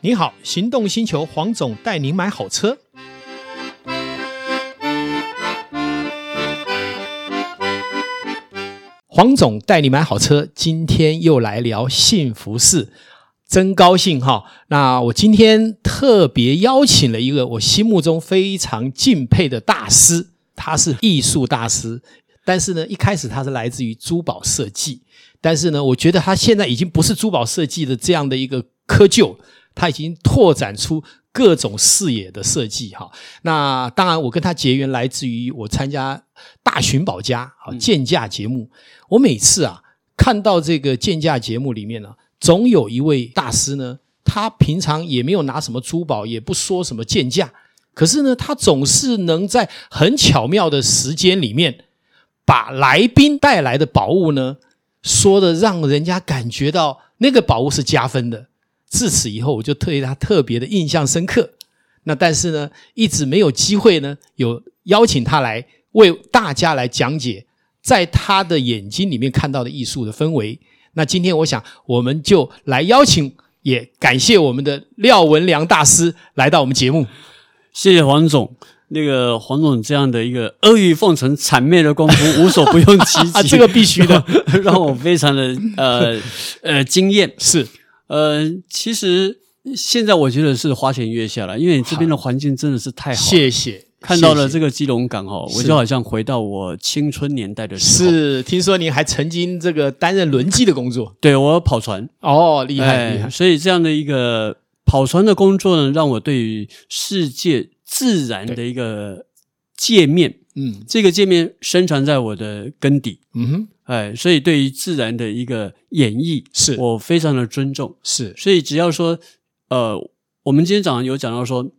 你好，行动星球黄总带您买好车。黄总带你买好车，今天又来聊幸福事，真高兴哈！那我今天特别邀请了一个我心目中非常敬佩的大师，他是艺术大师，但是呢，一开始他是来自于珠宝设计，但是呢，我觉得他现在已经不是珠宝设计的这样的一个窠臼，他已经拓展出各种视野的设计哈。那当然，我跟他结缘来自于我参加大寻宝家好鉴价节目。我每次啊看到这个鉴价节目里面呢、总有一位大师呢，他平常也没有拿什么珠宝，也不说什么鉴价，可是呢，他总是能在很巧妙的时间里面，把来宾带来的宝物呢，说的让人家感觉到那个宝物是加分的。自此以后，我就对他特别的印象深刻。那但是呢，一直没有机会呢，有邀请他来为大家来讲解，在他的眼睛里面看到的艺术的氛围。那今天我想，我们就来邀请，也感谢我们的廖文良大师来到我们节 目。谢谢黄总。那个黄总这样的一个阿谀奉承、谄媚的 功夫，无所不用其极，啊，这个必须的， 让我非常的呃呃惊艳。 是呃，其实现在我觉得是花前月下了，因为这边的环境真的是太 好了，谢谢，看到谢了谢这个基隆港哦，我是就好像回到我青春年代的时候。是，听说您还曾经这个担任轮机的工作对我跑船，哦，厉害哎厉害，所以这样的一个跑船的工作呢，让我对于世界自然的一个界面，嗯这个界面深藏在我的根底。嗯哼，哎，所以对于自然的一个演绎，是我非常的尊重。是所以只要说，呃，我们今天早上有讲到说，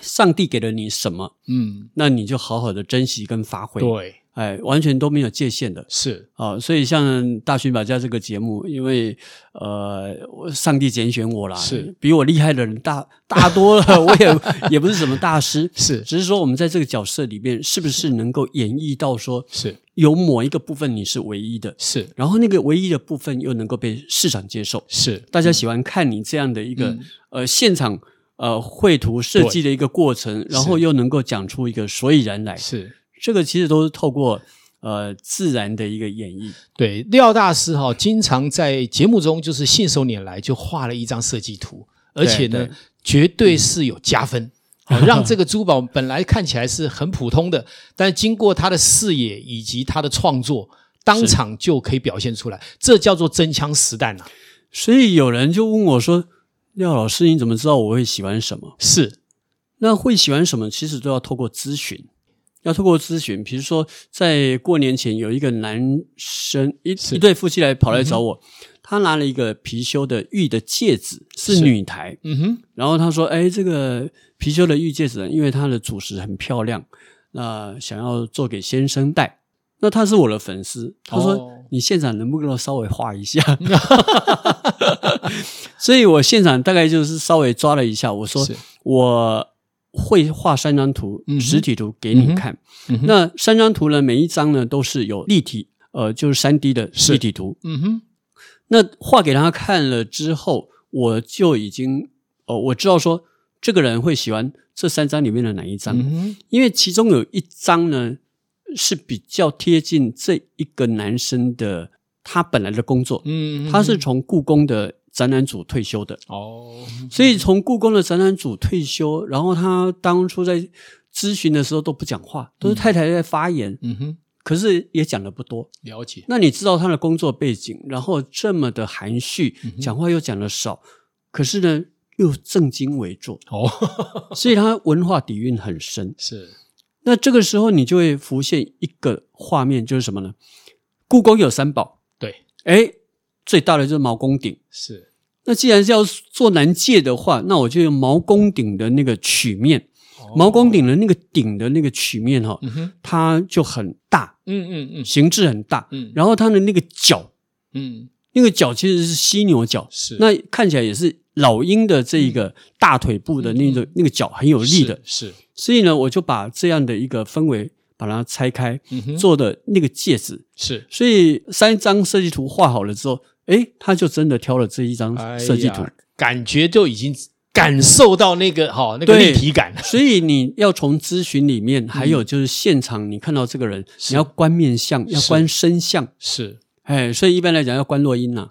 上帝给了你什么，嗯那你就好好的珍惜跟发挥，对哎，完全都没有界限的是啊、所以像《大寻宝家》这个节目，因为呃，我上帝拣选我啦，是比我厉害的人大大多了， 我也也不是什么大师，是只是说我们在这个角色里面，是不是能够演绎到说是有某一个部分你是唯一的，是然后那个唯一的部分又能够被市场接受，是大家喜欢看你这样的一个、嗯呃现场呃绘图设计的一个过程，然后又能够讲出一个所以然来，是。这个其实都是透过呃自然的一个演绎，对，廖大师哈、经常在节目中就是信手拈来就画了一张设计图，而且呢，对绝对是有加分。啊让这个珠宝本来看起来是很普通的，但经过他的视野以及他的创作，当场就可以表现出来，这叫做真枪实弹呐、所以有人就问我说：“廖老师，你怎么知道我会喜欢什么？”是那会喜欢什么，其实都要透过咨询，要透过咨询。比如说，在过年前有一个男生一是嗯一对夫妻来跑来找我，他拿了一个貔貅的玉的戒指，是是女台。嗯哼，然后他说：“哎，这个貔貅的玉戒指呢，因为它的主石很漂亮，那、想要做给先生戴。”那他是我的粉丝，他说：“哦你现场能不能稍微画一下？” 所以我现场大概就是稍微抓了一下，我说是我会画三张图，嗯哼实体图给你看。嗯哼那三张图呢，每一张呢都是有立体，呃，就是三 D 的是立体图。嗯哼，那画给他看了之后，我就已经哦、呃，我知道说这个人会喜欢这三张里面的哪一张，嗯哼，因为其中有一张呢是比较贴近这一个男生的他本来的工作，嗯，他是从故宫的展览组退休的。哦，所以从故宫的展览组退休，然后他当初在咨询的时候都不讲话，都是太太在发言，嗯哼，可是也讲的不多。了解，那你知道他的工作背景，然后这么的含蓄，讲话又讲的少，可是呢又正襟危坐，哦，所以他文化底蕴很深。是那这个时候你就会浮现一个画面，就是什么呢？故宫有三宝，对，哎，最大的就是毛公鼎。是那既然是要做南界的话，那我就用毛公鼎的那个曲面，哦毛公鼎的那个鼎的那个曲面哈、哦，嗯哼，它就很大，嗯嗯嗯形制很大，嗯然后它的那个角，嗯，那个角其实是犀牛角，是嗯那看起来也是老鹰的这一个大腿部的那个、那个角很有力的，是，是所以呢，我就把这样的一个氛围把它拆开，嗯哼，做的那个戒指，是所以三张设计图画好了之后，哎，他就真的挑了这一张设计图。哎呀感觉就已经感受到那个哈、那个对立体感。所以你要从咨询里面，还有就是现场你看到这个人，嗯是你要观面相，要观身相， 是，哎，所以一般来讲要观落音呐、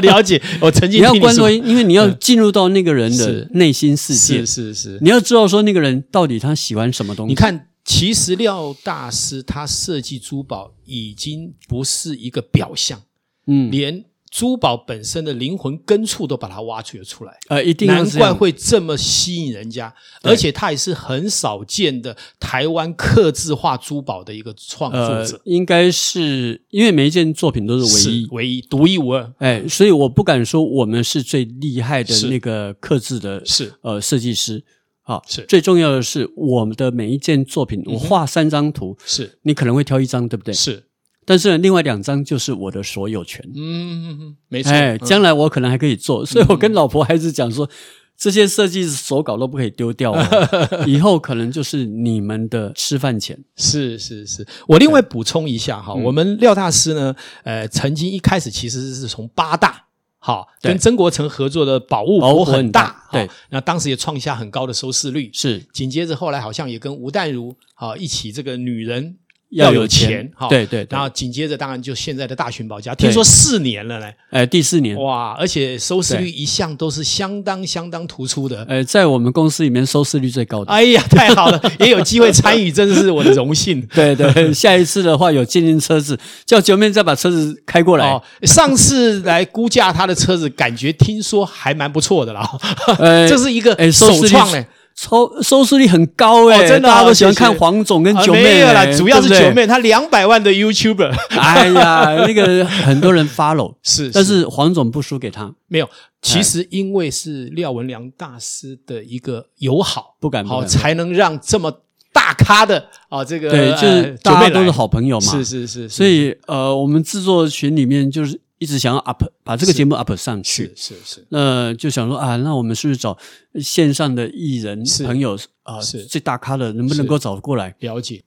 了解。我曾你经要听观说落音，因为你要进入到那个人的是内心世界是，是是，你要知道说那个人到底他喜欢什么东你西。看，其实廖大师他设计珠宝已经不是一个表象，嗯，连珠宝本身的灵魂根处都把它挖掘出来，呃，一定要难这怪样。会这么吸引人家。对而且他也是很少见的台湾刻字化珠宝的一个创作呃者，，应该是因为每一件作品都是是呃唯一，唯一独一无二。哎，所以我不敢说我们是最厉害的是那个刻字的是呃设计师。好，是最重要的是我们的每一件作品，我画三张图，是你可能会挑一张，对不对？是，但是呢另外两张就是我的所有权。嗯，没错。哎，嗯将来我可能还可以做，所以我跟老婆孩子讲说，这些设计手稿都不可以丢掉、 哦，以后可能就是你们的吃饭钱。是是是，我另外补充一下嗯哈，我们廖大师呢，呃，曾经一开始其实是从八大。好，对跟曾国成合作的宝物宝物博博很很大，大好对，那当时也创下很高的收视率。是紧接着后来好像也跟吴淡如好一起这个女人要有钱，好，对对对然。后紧接着当然就现在的大寻宝家，对听说四年了嘞，哎，第四年，哇！而且收视对率一向都是相当相当突出的。呃，在我们公司里面收视率最高的。哎呀，太好了， 也有机会参与，真是我的荣幸。对对，下一次的话有鉴定车子，叫九妹再把车子开过来。哦，上次来估价他的车子，感觉听说还蛮不错的啦。呃这是一个哎收视首率创嘞，收收视率很高哎、哦真的啊大家都喜欢谢谢看黄总跟啊九妹、没有啦，哎主要是对不对九妹， 她两百万的 YouTuber 哎呀，那个很多人 follow， 是，但是哎黄总不输给他，没有。其实因为是廖文良大师的一个友好，不敢不好敢才能让这么大咖的啊，这个对，呃就是九大妹家都来是好朋友嘛。是是是，所以呃，我们制作群里面就是一直想要 up 把这个是节目 up 上是去。是是那就想说啊，那我们是不是找线上的艺人是朋友啊、是最大咖的，能不是能够找过来？了解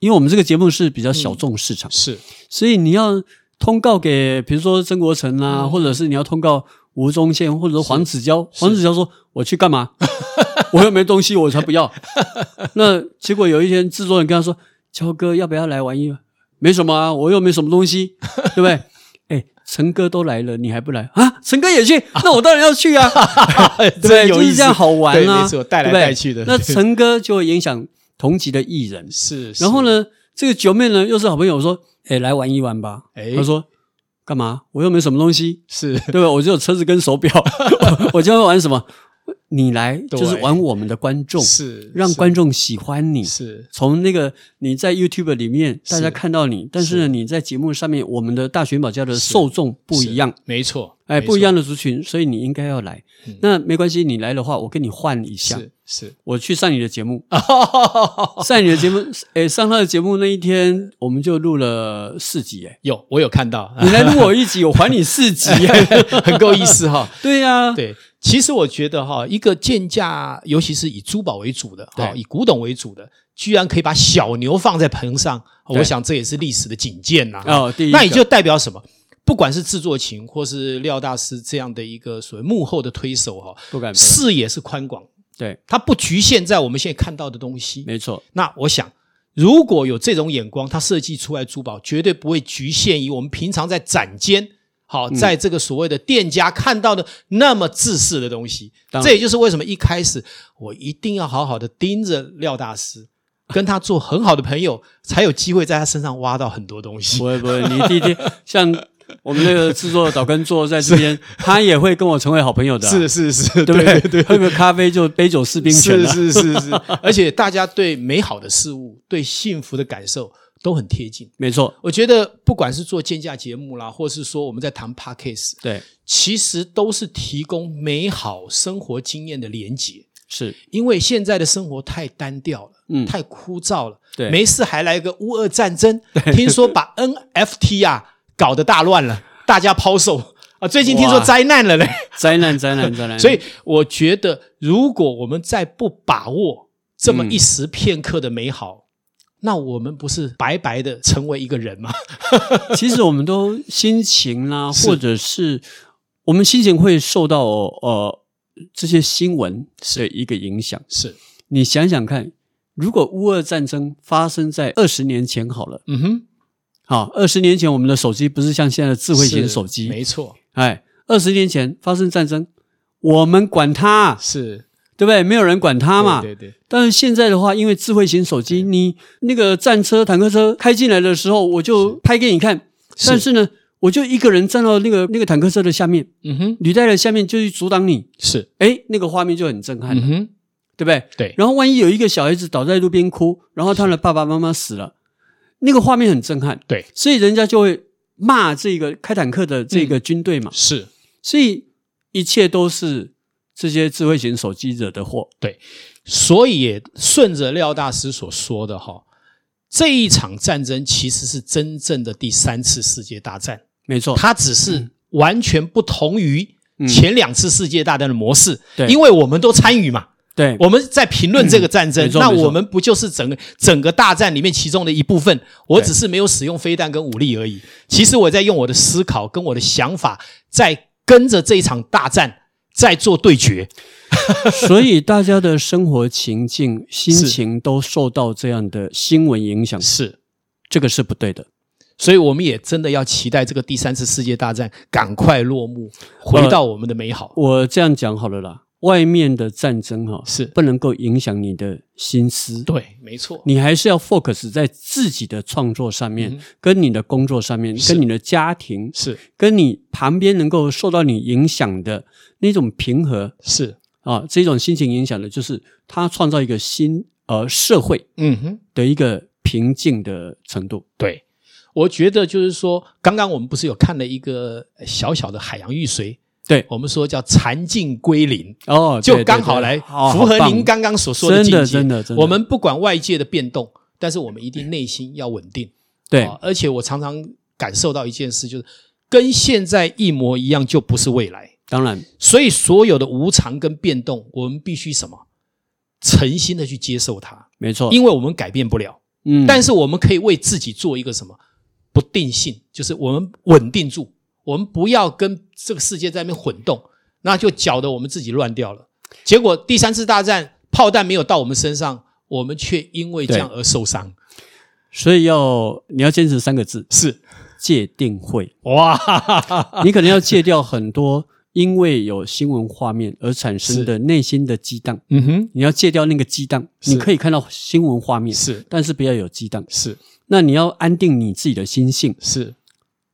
因为我们这个节目是比较嗯小众市场，是所以你要通告给，比如说曾国成啊，嗯或者是你要通告吴宗宪，或者说黄子佼。黄子佼说：“我去干嘛？ 我又没东西，我才不要。” 那结果有一天，制作人跟他说：“焦哥，要不要来玩一玩？没什么啊，我又没什么 东西，对不对？”哎，陈哥都来了，你还不来啊？陈哥也 去，那我当然要去啊！ 对，有就意是这样思好玩对啊，没错带来对不对带去的那对陈哥就会影响同级的艺人，是，是然后呢，这个九妹呢又是好朋友，我说：“哎，来玩一玩吧。”哎他说：“干嘛？我又没什么东 西，是对吧？我只有车子跟手 表，我我今天玩什么？你来对就是玩我们的观众，是让是观众喜欢你。是从那个你在 YouTube 里面大家看到你，但是呢，你在节目上面，我们的大寻宝家的受众不一样，，是没错，哎，没不一错嗯样的族群，所以你应该要来。那没关系，你来的话，我跟你换一下。”是是。我去上你的节 目，上你的节目，诶，上他的节目那一天，我们就录了四集， 诶，有，我有看到，你来录我一集，我还你四集， 很够意思 哈。对呀、对，其实我觉得哈，一个建价，尤其是以珠宝为主的，哈，对以古董为主的，居然可以把小牛放在棚上，对我想这也是历史的警戒呐。哦，第一个，那也就代表什么？不管是制作群，或是廖大师这样的一个所谓幕后的推手哈，不敢不敢视野是宽广，对，它不局限在我们现在看到的东西。没错，那我想，如果有这种眼光，他设计出来珠宝绝对不会局限于我们平常在展间。嗯好，在这个所谓的店家看到的那么自私的东西，当然这也就是为什么一开始我一定要好好的盯着廖大师，跟他做很好的朋友，才有机会在他身上挖到很多东西不。会不会，你第 一天像我们那个制作导跟做在这边，他也会跟我成为好朋友的啊、是是 是，对不对对？喝个咖啡就杯酒释兵权啊是了，是是 是，而且大家对美好的事物、对幸福的感受都很贴近。没错，我觉得不管是做建价节目啦，或是说我们在谈 podcast，对，其实都是提供美好生活经验的连结。是因为现在的生活太单调了，嗯太枯燥了，对没事还来个乌俄战争，听说把 NFT 啊搞得大乱了，大家抛售啊，最近听说哇灾难了嘞，灾难灾难灾难，所以我觉得，如果我们再不把握这么嗯一时片刻的美好，那我们不是白白的成为一个 人吗？ 其实我们都心情啦、啊是或者是我们心情会受到呃这些新闻的一个影响。是，你想想看，如果乌俄战争发生在二十年前好了，嗯哼，好，二十年前我们的手机不是像现在的智慧型是手机，没错，哎，二十年前发生战争，我们管它，是对不对？没有人管它嘛。对对对，但是现在的话，因为智慧型手机，你那个战车、坦克车开进来的时候，我就拍给你看。是但是呢，我就一个人站到那个那个坦克车的下面，嗯哼，履带的下面，就去阻挡你。是，哎，那个画面就很震撼，嗯哼，对不对？对，然后万一有一个小孩子倒在路边哭，然后他的爸爸妈妈死了，那个画面很震撼，对，所以人家就会骂这个开坦克的这嗯个军队嘛。是。所以一切都是这些智慧型手机惹的祸。所以也顺着廖大师所说的哈，这一场战争其实是真正的第三次世界大战，没错，它只嗯是完全不同于前两次世界大战的模式，对因为我们都参与嘛，对，我们在评论这个战争，没错那没错我们不就是整个整个大战里面其中的一部分？我对只是没有使用飞弹跟武力而已。其实我在用我的思考跟我的想法，在跟着这一场大战在做对决。所以大家的生活情境、心是情都受到这样的新闻影响，是，这个是不对的。所以我们也真的要期待这个第三次世界大战赶快落幕，回到呃我们的美好。我这样讲好了啦，外面的战争哈、是不能够影响你的心思，对，没错，你还是要 focus 在自己的创作上面，跟你的工作上面，嗯是跟你的家庭，是跟你旁边能够受到你影响的那种平和是，啊，这种心情影响的，就是他创造一个新呃社会嗯哼，的一个平静的程度。对。我觉得就是说，刚刚我们不是有看了一个小小的海洋玉髓，对我们说叫残尽归零，哦，对就对刚对好来好符合好棒您刚刚所说的真境的界。真的真的我们不管外界的变动，但是我们一定内心要稳定。对、啊而且我常常感受到一件事，就是跟现在一模一样，就不是未来。当然所以所有的无常跟变动，我们必须什么？诚心的去接受它，没错，因为我们改变不了，嗯，但是我们可以为自己做一个什么不定性，就是我们稳定住，我们不要跟这个世界在那边混动，那就搅得我们自己乱掉了。结果第三次大战炮弹没有到我们身上，我们却因为这样而受伤。所以要你要坚持三个字：是界定会。哇，哈哈哈哈你可能要戒掉很多因为有新闻画面而产 生的内心的激荡，嗯哼，你要戒掉那个激荡。是你可以看到新闻画面，是但是不要有激荡。是那你要安定你自己的心性，是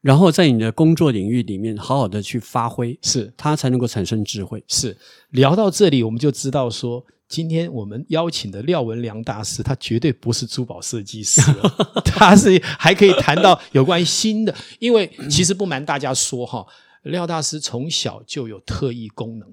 然后在你的工作领域里面好好的去发挥，是，它才能够产生智慧。是聊到这里，我们就知道说，今天我们邀请的廖文良大师，他绝对不是珠宝设计师哦， 他是还可以谈到有关于新的，因为其实不瞒大家说哈，廖大师从小就有特异功能。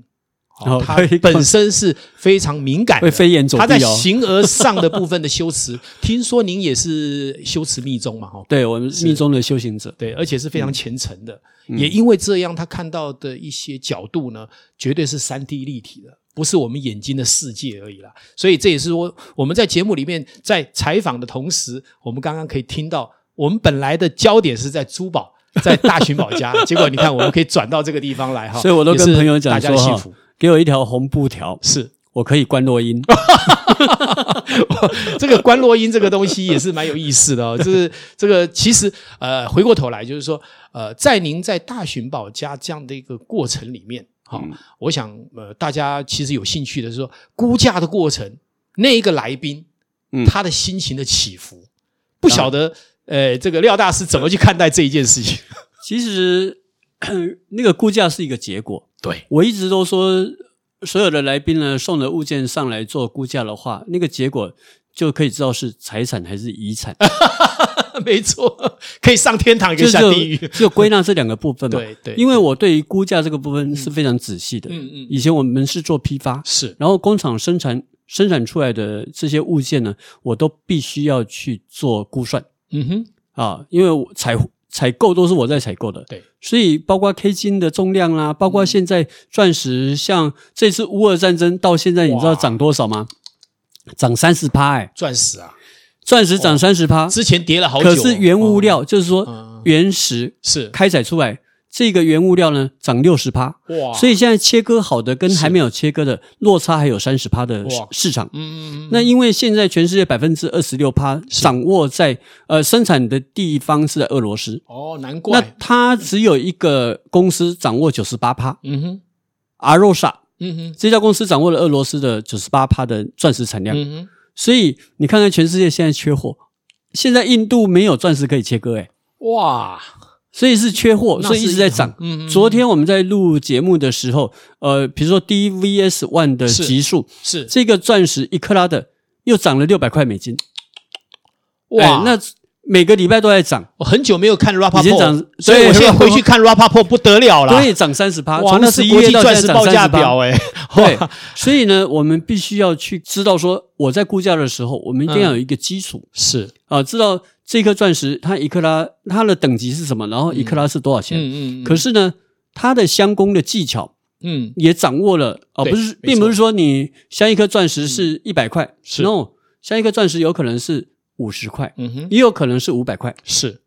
哦他特异功能本身是非常敏感的，会飞檐走壁哦他在形而上的部分的修辞，听说您也是修辞密宗嘛？哈，对我们密宗的修行者，对，而且是非嗯常虔诚的。也因为这样，他看到的一些角度呢，绝对是三 D 立体的，不是我们眼睛的世界而已啦。所以这也是说，我们在节目里面在采访的同时，我们刚刚可以听到，我们本来的焦点是在珠宝。在大寻宝 家，结果你看，我们可以转到这个地方来哈，所以我都跟也是朋友讲大家说的幸哈福，给我一条红布条，是我可以关落音。 这个观落音这个东西也是蛮有意思的哦， 就是这个其实呃，回过头来就是说，呃，在您在大寻宝家这样的一个过程里面，好、嗯我想呃，大家其实有兴趣的是说，估价的过程，那一个来宾，嗯他的心情的起伏，不晓得呃，这个廖大师怎么去看待这一件事情？其实那个估价是一个结果，对，我一直都说，所有的来宾呢送了物件上来做估价的话，那个结果就可以知道是财产还是遗产， 没错，可以上天堂，就啊跟下就地狱。就归纳这两个部分嘛。对对，因为我对于估价这个部分是非常仔细的。嗯嗯以前我们是做批发，是然后工厂生产生产出来的这些物件呢，我都必须要去做估算嗯哼啊，因为我采采购都是我在采购的。对嗯所以包括 K 金的重量啦、啊包括现在钻石，像这次乌俄战争到现在，你知道哇涨多少吗？涨三十趴，哎，钻石啊，钻石涨三十趴，之前跌了好久哦，可是原物料、就嗯是说原石是开采出来这个原物料呢涨六十趴，哇，所以以现在切割好的跟是还没有切割的落差还有三十趴的市哇市场。嗯嗯嗯，那因为现在全世界百分之二十六趴掌握在呃生产的地方是在俄罗斯，哦，难那怪，它只有一个公司掌握九十八趴嗯哼，阿罗萨嗯哼，这家公司掌握了俄罗斯的九十八趴的钻石产量，嗯哼，所以你看看全世界现在缺货，现在印度没有钻石可以切割、欸，哇，所以是缺货，那所以一直是在涨。嗯，嗯昨天我们在录节目的时候，呃，比如说 DVS One 的是级数，是这个钻石一克拉的又涨了六百块美金，哇哎，那每个礼拜都在涨，我很久没有看 r a p a 已 p 经 o 涨所以对我现在回去看 r a p a p o 不得了啦，所以涨三十趴，哇，那是从十一国月际到钻现在石涨报价38%表哎， 对，所以呢，我们必须要去知道说，我在估价的时候，我们一定要有一个基础是，啊、知道这颗钻石它一克拉它的等级是什么，然后一克拉是多少钱。嗯嗯，可是，是呢，它的相攻的技巧嗯，也掌握了哦，对不是，没错嗯并不是说你镶一颗钻石是一百块、是 n o 镶一颗钻石有可能是五十块，嗯哼，也有可能是五百块，是，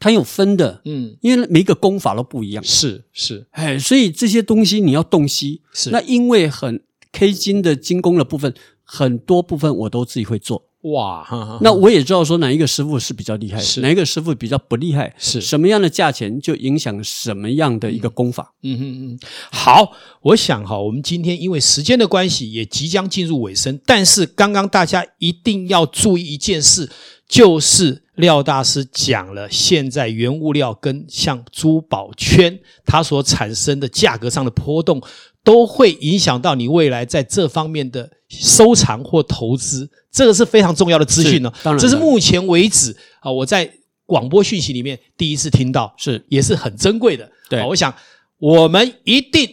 它有分的，嗯，因为每一个功法都不一样。是是哎，所以这些东西你要洞悉。是，那因为很 K 金的精工的部分，很多部分我都自己会做。哇，哈哈那我也知道说哪一个师傅是比较厉害嗯是的，哪一个师傅比较不厉害，是什么样的价钱就影响什么样的一个功法。嗯哼嗯，好，我想哈，我们今天因为时间的关系，也即将进入尾声。但是刚刚大家一定要注意一件事，就是廖大师讲了，现在原物料跟像珠宝圈它所产生的价格上的波动，都会影响到你未来在这方面的收藏或投资，这个是非常重要的资讯呢、是当然这是当然目前为止啊，我在广播讯息里面第一次听到。是也是很珍贵的。对好我想我们一定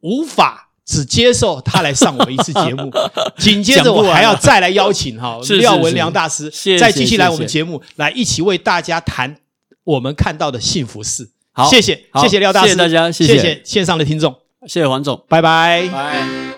无法只接受他来上我们一次节 目，紧接着我还要再来邀请哈是是廖文良大师是是再继续来谢谢我们节目，来一起为大家谈我们看到的幸福事。好谢谢，好谢廖大师，谢谢大家谢谢谢线上的听众，谢谢黄总，拜拜拜。